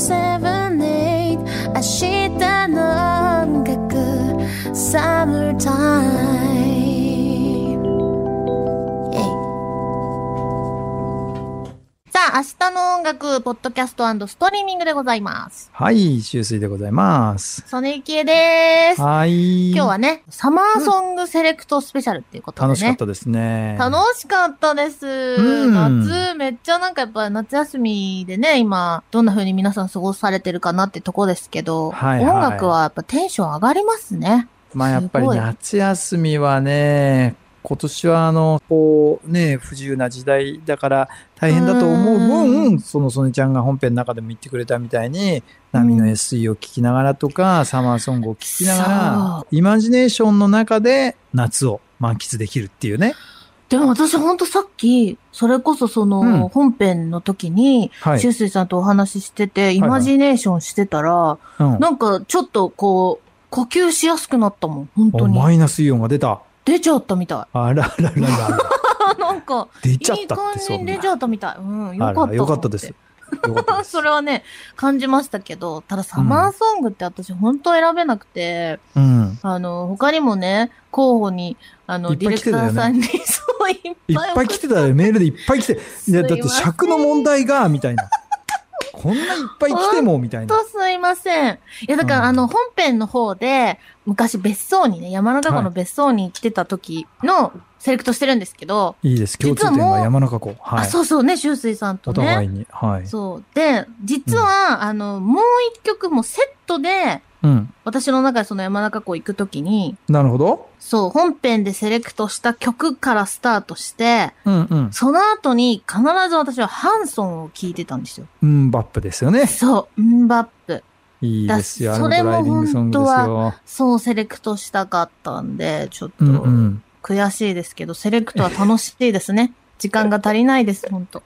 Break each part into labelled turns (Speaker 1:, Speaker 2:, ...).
Speaker 1: FM078 明日の音楽 Summertime
Speaker 2: さあ、明日の音楽、ポッドキャストストリーミングでございます。
Speaker 3: はい、秋水でございます。
Speaker 2: ソネイキエです。
Speaker 3: はい。
Speaker 2: 今日はね、サマーソングセレクトスペシャルっていうことでね。
Speaker 3: 楽しかったですね。
Speaker 2: 楽しかったです。
Speaker 3: うん
Speaker 2: 夏、めっちゃなんかやっぱ夏休みでね、今、どんな風に皆さん過ごされてるかなってとこですけど、
Speaker 3: はいはい
Speaker 2: 音楽はやっぱテンション上がりますね。
Speaker 3: まあやっぱり
Speaker 2: すごい
Speaker 3: 夏休みはね、今年はあの、こうね、不自由な時代だから大変だと思う分、
Speaker 2: うん
Speaker 3: そのソネちゃんが本編の中でも言ってくれたみたいに、波の SE を聴きながらとか、サマーソングを聴きなが
Speaker 2: そ
Speaker 3: ら、イマジネーションの中で夏を満喫できるっていうね。
Speaker 2: でも私ほんとさっき、それこそそ
Speaker 3: うん
Speaker 2: の本編の時に、
Speaker 3: はい
Speaker 2: しゅ。うすいさんとお話ししてて、イマジネーションしてたら、
Speaker 3: うん
Speaker 2: なんかちょっとこう、呼吸しやすくなったもん、本当
Speaker 3: お
Speaker 2: に。
Speaker 3: マイナスイオンが出た。
Speaker 2: 出ちゃったみた
Speaker 3: あらららら。
Speaker 2: い。なんか、
Speaker 3: 出
Speaker 2: い
Speaker 3: ちゃっ
Speaker 2: い
Speaker 3: たっ
Speaker 2: 感
Speaker 3: て
Speaker 2: じ
Speaker 3: そ
Speaker 2: に
Speaker 3: ん
Speaker 2: 出
Speaker 3: な
Speaker 2: ち。ゃったみたい。うん、よか
Speaker 3: あ
Speaker 2: った
Speaker 3: ら
Speaker 2: な。
Speaker 3: よかったです。よかった です
Speaker 2: それはね、感じましたけど、ただサマーソングって私本当選べなくて、
Speaker 3: うん。
Speaker 2: あの、他にもね、候補に、あの、
Speaker 3: いっ
Speaker 2: ディ
Speaker 3: ぱい
Speaker 2: レ
Speaker 3: 来て
Speaker 2: ク
Speaker 3: た
Speaker 2: タ
Speaker 3: よね
Speaker 2: ーさんに、 そう、いっ
Speaker 3: いっ
Speaker 2: ぱい
Speaker 3: ぱい来てたよ。メールでいっぱい来て。いや、だって尺の問題が、みたいな。こんないっぱい来ても、みたいな。
Speaker 2: とすいません。いや、だから、
Speaker 3: うん
Speaker 2: あの、本編の方で、昔別荘にね、山中湖の別荘に来てた時のセレクトしてるんですけど、
Speaker 3: いいです。共通点
Speaker 2: 実は
Speaker 3: は
Speaker 2: もう
Speaker 3: 山中湖。は
Speaker 2: あ、
Speaker 3: い。
Speaker 2: そうそうね、修水さんと
Speaker 3: お
Speaker 2: ね。
Speaker 3: 互いに。はい。
Speaker 2: そう。で、実は、あの、もう一曲もセットで、
Speaker 3: うん。
Speaker 2: 私の中でその山中湖行くときに、
Speaker 3: なるほど。
Speaker 2: そう、本編でセレクトした曲からスタートして、
Speaker 3: うんうん。
Speaker 2: その後に必ず私はハンソンを聴いてたんですよ。
Speaker 3: うん、バップですよね。
Speaker 2: そう、ンバップ。
Speaker 3: いいですよ。あ
Speaker 2: だ
Speaker 3: れもドライビングソングです
Speaker 2: それ
Speaker 3: よ。
Speaker 2: そうセレクトしたかったんで、ちょっと
Speaker 3: うんうん。
Speaker 2: 悔しいですけど、セレクトは楽しいです ね。時間が足りないです、本当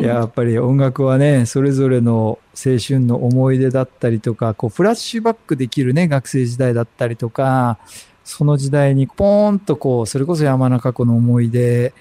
Speaker 3: やっぱり音楽はね、それぞれの青春の思い出だったりとか、こう、フラッシュバックできるね、学生時代だったりとか、その時代にポーンとこう、それこそ山中湖の思い出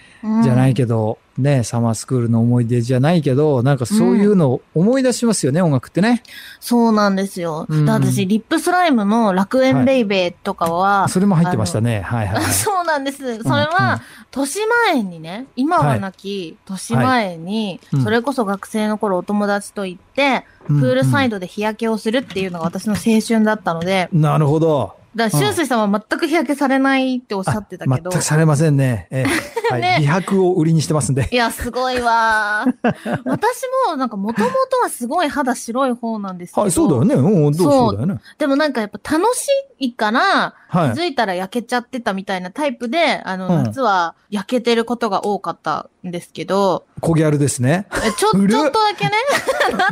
Speaker 3: じゃない
Speaker 2: け
Speaker 3: けど、ね、サマースクールの思い出じゃないけど、なんかそういうのを思い出しますよね、音楽ってね。
Speaker 2: そうなんですよ。
Speaker 3: うん
Speaker 2: だ私、リップスライムの楽園ベイベーとかは、。
Speaker 3: それも入ってましたね。はいはいは い
Speaker 2: そうなんです。それは、年前にね、今はなき、年前に、
Speaker 3: うん
Speaker 2: それこそ学生の頃お友達と行って、
Speaker 3: うん、
Speaker 2: プールサイ
Speaker 3: ド。
Speaker 2: ドで日焼けをするっていうのが私の青春だったので、
Speaker 3: なるほど。
Speaker 2: だから、修水さんは全く日焼けされないっておっしゃってたけ
Speaker 3: 全
Speaker 2: ど、
Speaker 3: くされませんね。ええは い
Speaker 2: ね
Speaker 3: 美白を売りにしてますんで。
Speaker 2: いや、すごいわー。 私も、なんか、もともとはすごい肌白い方なんですけど。
Speaker 3: はい、そうだよね。うん、どう
Speaker 2: そう
Speaker 3: そうだよね。
Speaker 2: でもなんか、やっぱ楽しいから、気
Speaker 3: はい。
Speaker 2: づいたら焼けちゃってたみたいなタイプで、あの、
Speaker 3: うん
Speaker 2: 夏は焼けてることが多かったんですけど、
Speaker 3: 小ギャルですね。
Speaker 2: えちょ、ちょ
Speaker 3: 古
Speaker 2: っと
Speaker 3: っ
Speaker 2: だけね、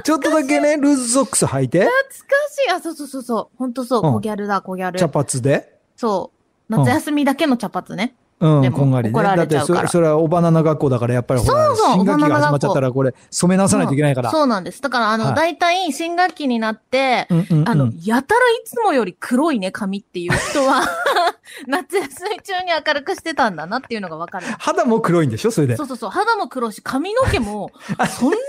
Speaker 3: ちょっとだけね、ルーズソックス履いて、
Speaker 2: 懐かしい。あ、そうそうそうそう。ほんとそう。
Speaker 3: うん
Speaker 2: 小ギャルだ、小ギャル
Speaker 3: 茶。髪で。
Speaker 2: そう。夏休みだけの茶髪ね。
Speaker 3: う
Speaker 2: で
Speaker 3: ん、
Speaker 2: も
Speaker 3: こんがりね。
Speaker 2: 怒ら
Speaker 3: だ
Speaker 2: れ
Speaker 3: っ
Speaker 2: ち
Speaker 3: て
Speaker 2: ゃうから
Speaker 3: そ、それはおばなの学校だから、やっぱりほら、
Speaker 2: そうそう
Speaker 3: 新学期が始まっちゃったら、これ、染め直
Speaker 2: 出
Speaker 3: さないといけないから。
Speaker 2: そうなんです。だから、あの、
Speaker 3: はい
Speaker 2: 大体、新学期になって、
Speaker 3: うんうんうん
Speaker 2: あの、やたらいつもより黒いね、髪っていう人は、 夏休み中に明るくしてたんだなっていうのがわかる。
Speaker 3: 肌も黒いんでしょそれで
Speaker 2: そ。うそうそう、肌も黒いし、髪の毛も、そんなに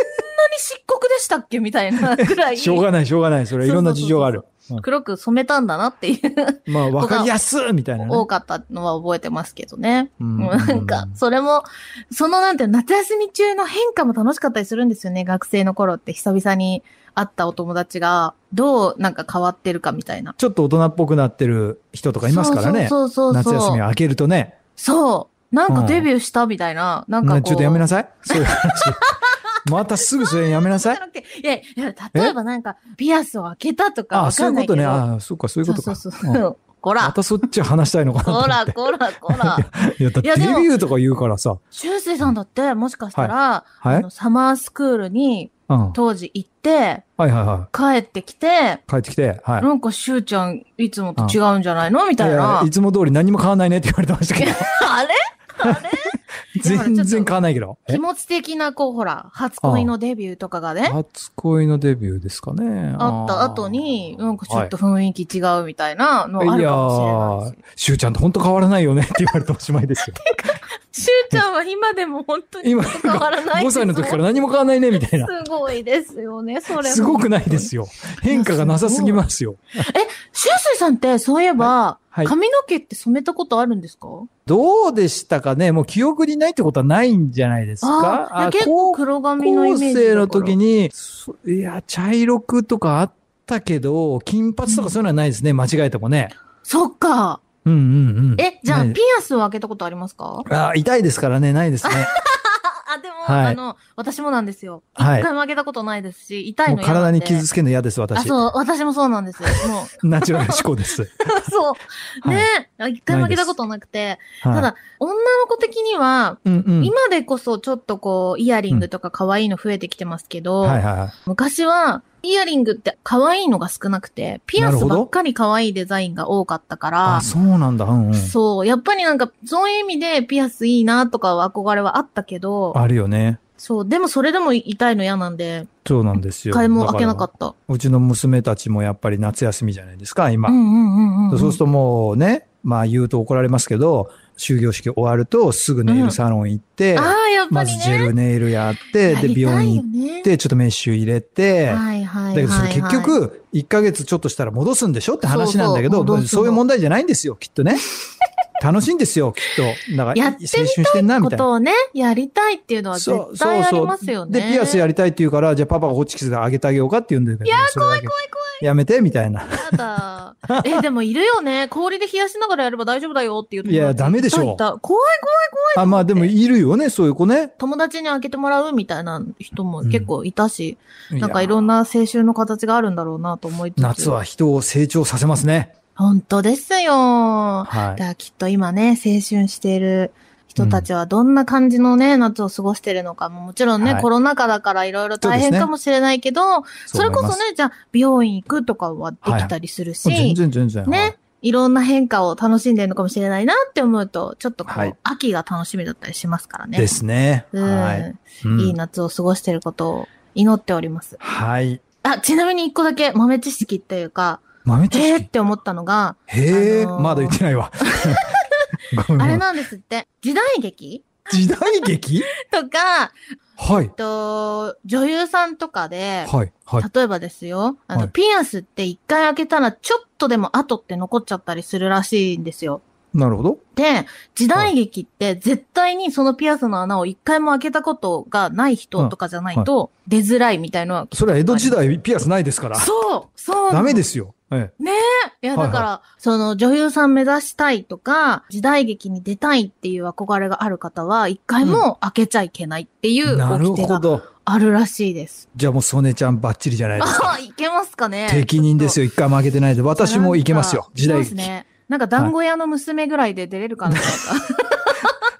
Speaker 2: 漆黒でしたっけみたいなぐらい。
Speaker 3: しょうがない、しょうがない。それ、いろんな事情がある。
Speaker 2: 黒く染めたんだなっていう、
Speaker 3: まあ、わかりやすいみたいなね。
Speaker 2: 多かったのは覚えてますけどね。
Speaker 3: うん
Speaker 2: もうなんか、それも、そのなんていうの夏休み中の変化も楽しかったりするんですよね。学生の頃って久々に会ったお友達が、どうなんか変わってるかみたいな。
Speaker 3: ちょっと大人っぽくなってる人とかいますからね。
Speaker 2: そうそうそうそう。
Speaker 3: 夏休み明けるとね。
Speaker 2: そう。なんかデビューしたみたいな。なんかこ
Speaker 3: ね
Speaker 2: う。
Speaker 3: ちょっとやめなさい。そういう話。 またすぐそれやめなさい。
Speaker 2: いやいや、例えばなんか、ピアスを開けたとか
Speaker 3: あ、
Speaker 2: わ
Speaker 3: そう
Speaker 2: か
Speaker 3: い
Speaker 2: んな
Speaker 3: うこ
Speaker 2: いけど。
Speaker 3: とね。あ、そうか、そういうことか。
Speaker 2: そうそう
Speaker 3: うん
Speaker 2: そう。こ
Speaker 3: ま
Speaker 2: ら、
Speaker 3: たそっち話したいのかなと思
Speaker 2: こ
Speaker 3: っ
Speaker 2: ら、
Speaker 3: て。
Speaker 2: こら、こら。
Speaker 3: いや、だって
Speaker 2: いや
Speaker 3: デ
Speaker 2: でも
Speaker 3: ビューとか言うからさ。
Speaker 2: 修正さんだって、もしかしたら、
Speaker 3: はい
Speaker 2: あのサマースクールに
Speaker 3: うん。はい
Speaker 2: 当時行って、
Speaker 3: はいは
Speaker 2: 帰ってきて、
Speaker 3: い。帰ってきて、はい。
Speaker 2: なんか、しゅうちゃん、いつもと違うんじゃないのみたい
Speaker 3: いや
Speaker 2: な。
Speaker 3: いつも通り何も変わんないねって言われてましたけど。
Speaker 2: あれあれだからちょっ
Speaker 3: 全
Speaker 2: と
Speaker 3: 然変わんないけど。
Speaker 2: 気持ち的な、こう、ほら、初恋のデビューとかがね、
Speaker 3: 初恋のデビューですかね。
Speaker 2: あった後に、なんかちょっと雰囲気違うみたいなのあるかもしれないし。
Speaker 3: やー、しゅうちゃんと本当変わらないよねって言われておしま いですよ。
Speaker 2: しゅうちゃんは今でも本当に
Speaker 3: 今、
Speaker 2: 変わらない
Speaker 3: 5歳の時から何も変わらないね、みたいな。
Speaker 2: すごいですよね、それも
Speaker 3: すごくないですよ。変化がなさすぎますよ。
Speaker 2: シュウスイさんって、そういえば、
Speaker 3: はい
Speaker 2: 髪の毛って染めたことあるんですか
Speaker 3: どうでしたかねもう記憶にないってことはないんじゃないですか
Speaker 2: あーいや結構黒髪のイメ
Speaker 3: 高
Speaker 2: ージだか
Speaker 3: 校
Speaker 2: ら。
Speaker 3: 生の時に、そいや、茶色くとかあったけど、金髪とかそういうのはないですね。間違えてもね。
Speaker 2: そっか。
Speaker 3: うんうんうん。
Speaker 2: え、じゃあ、
Speaker 3: ない
Speaker 2: ピアスを開けたことありますか
Speaker 3: あー痛いですからね、ないですね。
Speaker 2: あ、あでも、
Speaker 3: は
Speaker 2: あ
Speaker 3: い
Speaker 2: の、私もなんですよ。一
Speaker 3: はい
Speaker 2: 回も開けたことないですし、痛い
Speaker 3: もう
Speaker 2: の嫌なんで
Speaker 3: 体に傷つけるの嫌です、
Speaker 2: あ、
Speaker 3: 私。
Speaker 2: そう、私もそうなん ですよ。も
Speaker 3: ナチュラル思考です。
Speaker 2: う、そう。
Speaker 3: はい
Speaker 2: ねあ一回も開けたことなくて。
Speaker 3: は い
Speaker 2: ただ、女の子的には、
Speaker 3: うんうん。
Speaker 2: 今でこそちょっとこう、イヤリングとか可愛いの増えてきてますけど、
Speaker 3: はいはいはい。
Speaker 2: 昔は、イヤリングって可愛いのが少なくて、ピア
Speaker 3: なる
Speaker 2: ス
Speaker 3: ほど
Speaker 2: ばっかり可愛いデザインが多かったか
Speaker 3: あ、
Speaker 2: ら、
Speaker 3: そうなんだ。うんうん。
Speaker 2: そう、やっぱりなんか、そういう意味でピアスいいなとかは憧れはあったけど、
Speaker 3: あるよね。
Speaker 2: そう、でもそれでも痛いの嫌なんで、
Speaker 3: そうなんです
Speaker 2: 一
Speaker 3: よ。
Speaker 2: 回も開けなか
Speaker 3: だら
Speaker 2: った。
Speaker 3: うちの娘たちもやっぱり夏休みじゃないですか、今。
Speaker 2: うんうんうんうん。
Speaker 3: そうするともうね、まあ言うと怒られますけど、終業式終わるとすぐネイルサロン行って、
Speaker 2: ああ、やっぱ
Speaker 3: まず
Speaker 2: り
Speaker 3: ジェ
Speaker 2: ね。
Speaker 3: ルネイルやって、
Speaker 2: や
Speaker 3: で、
Speaker 2: り
Speaker 3: 美
Speaker 2: た
Speaker 3: 容
Speaker 2: い
Speaker 3: 院
Speaker 2: よ
Speaker 3: 行っ
Speaker 2: ね。
Speaker 3: て、ちょっとメッシュ入れて、
Speaker 2: はいはいはい。
Speaker 3: だけどそれ結、局、1ヶ月ちょっとしたら戻すんでしょって話なんだけ
Speaker 2: そうそう
Speaker 3: ど、
Speaker 2: 戻すの
Speaker 3: そういう問題じゃないんですよ、きっとね。楽しいんですよ、きっと。だから、
Speaker 2: や
Speaker 3: 青
Speaker 2: ってみ
Speaker 3: 春
Speaker 2: たい
Speaker 3: してんな、み
Speaker 2: こ
Speaker 3: たいな
Speaker 2: と。をね、やりたいっていうのは
Speaker 3: そう
Speaker 2: 絶対ありますよね。
Speaker 3: で、ピアスやりたいって言うから、じゃあパパがホッチキスであげてあげようかって言うんだけど。いや怖い怖い怖い。やめて、みたいな。
Speaker 2: やだ。え、でもいるよね。氷で冷やしながらやれば大丈夫だよっていう友達
Speaker 3: いやダメでしょ
Speaker 2: いたいた怖い怖い。
Speaker 3: あ、まあでもいるよね、そういう子ね。
Speaker 2: 友達に開けてもらうみたいな人も結構いたし、なんかいろ
Speaker 3: ん
Speaker 2: んな青春の形があるんだろうなと思いつつ。
Speaker 3: 夏は。人を成長させますね。
Speaker 2: 本当ですよ。
Speaker 3: は
Speaker 2: だからきっと今ね、青春している人たちはどんな感じのね、夏を過ごしてるのかも、もちろんね、
Speaker 3: はい
Speaker 2: コロナ禍だからいろいろ大
Speaker 3: そうです
Speaker 2: 変
Speaker 3: ね
Speaker 2: かもしれないけど、
Speaker 3: い。
Speaker 2: それこそ
Speaker 3: 思
Speaker 2: ね、
Speaker 3: い
Speaker 2: じゃあ、美容院行くとかはできたりするし、
Speaker 3: ます。全然全然。
Speaker 2: ね
Speaker 3: はい
Speaker 2: いろんな変化を楽しんでるのかもしれないなって思うと、ちょっとこう、
Speaker 3: はい
Speaker 2: 秋が楽しみだったりしますからね。
Speaker 3: ですね。
Speaker 2: うん、。
Speaker 3: はいいうん。
Speaker 2: い夏を過ごしてることを祈っております。
Speaker 3: はい。
Speaker 2: あ、ちなみに一個だけ豆知識っていうか、
Speaker 3: 豆知
Speaker 2: へーっ
Speaker 3: 識。
Speaker 2: て思ったのが、
Speaker 3: へえ、
Speaker 2: あのー
Speaker 3: まだ言ってな いわ。
Speaker 2: あ
Speaker 3: ごめんごめ
Speaker 2: れ
Speaker 3: ん。
Speaker 2: なんですって、時代劇
Speaker 3: 時代劇
Speaker 2: とか、
Speaker 3: はい
Speaker 2: えっ。と、女優さんとかで、
Speaker 3: はい。はい。
Speaker 2: 例えばですよ、あの、
Speaker 3: はい
Speaker 2: ピアスって一回開けたらちょっとでも後って残っちゃったりするらしいんですよ。
Speaker 3: なるほど。
Speaker 2: で、時代劇って絶対にそのピアスの穴を一回も開けたことがない人とかじゃないと出づらいみたいな。
Speaker 3: それは江戸時代ピアスないですから。
Speaker 2: そうそう。
Speaker 3: ダメですすよ。え
Speaker 2: い
Speaker 3: え
Speaker 2: や、
Speaker 3: はいは
Speaker 2: だ
Speaker 3: い
Speaker 2: から、その女優さん目指したいとか、時代劇に出たいっていう憧れがある方は、一回も開けちゃいけないっていう
Speaker 3: なる
Speaker 2: 掟
Speaker 3: ほ
Speaker 2: が
Speaker 3: ど。
Speaker 2: あるらしいです。
Speaker 3: じゃあもうソネちゃんバッチリじゃないですか。
Speaker 2: あ、いけますかね
Speaker 3: 適任です
Speaker 2: よ。
Speaker 3: よ。一回も開けてないで。私もいけますよ
Speaker 2: な。んか
Speaker 3: 時代
Speaker 2: そう
Speaker 3: 劇。
Speaker 2: ですね。なんか団子屋の娘ぐらいで出れるかなとか。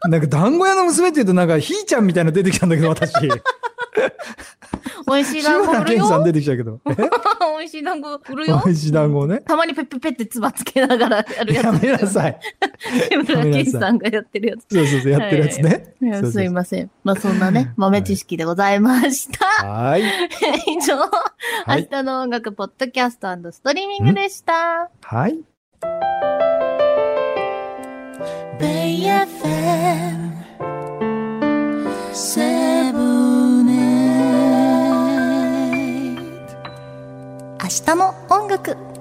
Speaker 3: なんか団子屋の娘って言うとなんかひーちゃんみたいなの出てきたんだ けど、私。
Speaker 2: 美味しい
Speaker 3: 志
Speaker 2: 団子
Speaker 3: 村
Speaker 2: 売る
Speaker 3: けんさん
Speaker 2: よ。
Speaker 3: 出てきたけど。え
Speaker 2: 美味しい団子売るよ
Speaker 3: 美。味しい団子をね。
Speaker 2: たまにペッペペってつばつけながらやるやつ。
Speaker 3: やめなさい。
Speaker 2: 志村けんさんがやってるやつ。
Speaker 3: そうそうそう、やってるやつね。
Speaker 2: いや
Speaker 3: そうそう
Speaker 2: すいません。まあそんなね、豆知識でございました。
Speaker 3: はい。
Speaker 2: 以上、
Speaker 3: は
Speaker 2: 明
Speaker 3: い。
Speaker 2: 日の音楽、ポッドキャストストリーミングでした。
Speaker 3: はい。
Speaker 1: BFM セブンエイト
Speaker 2: 明日も音楽。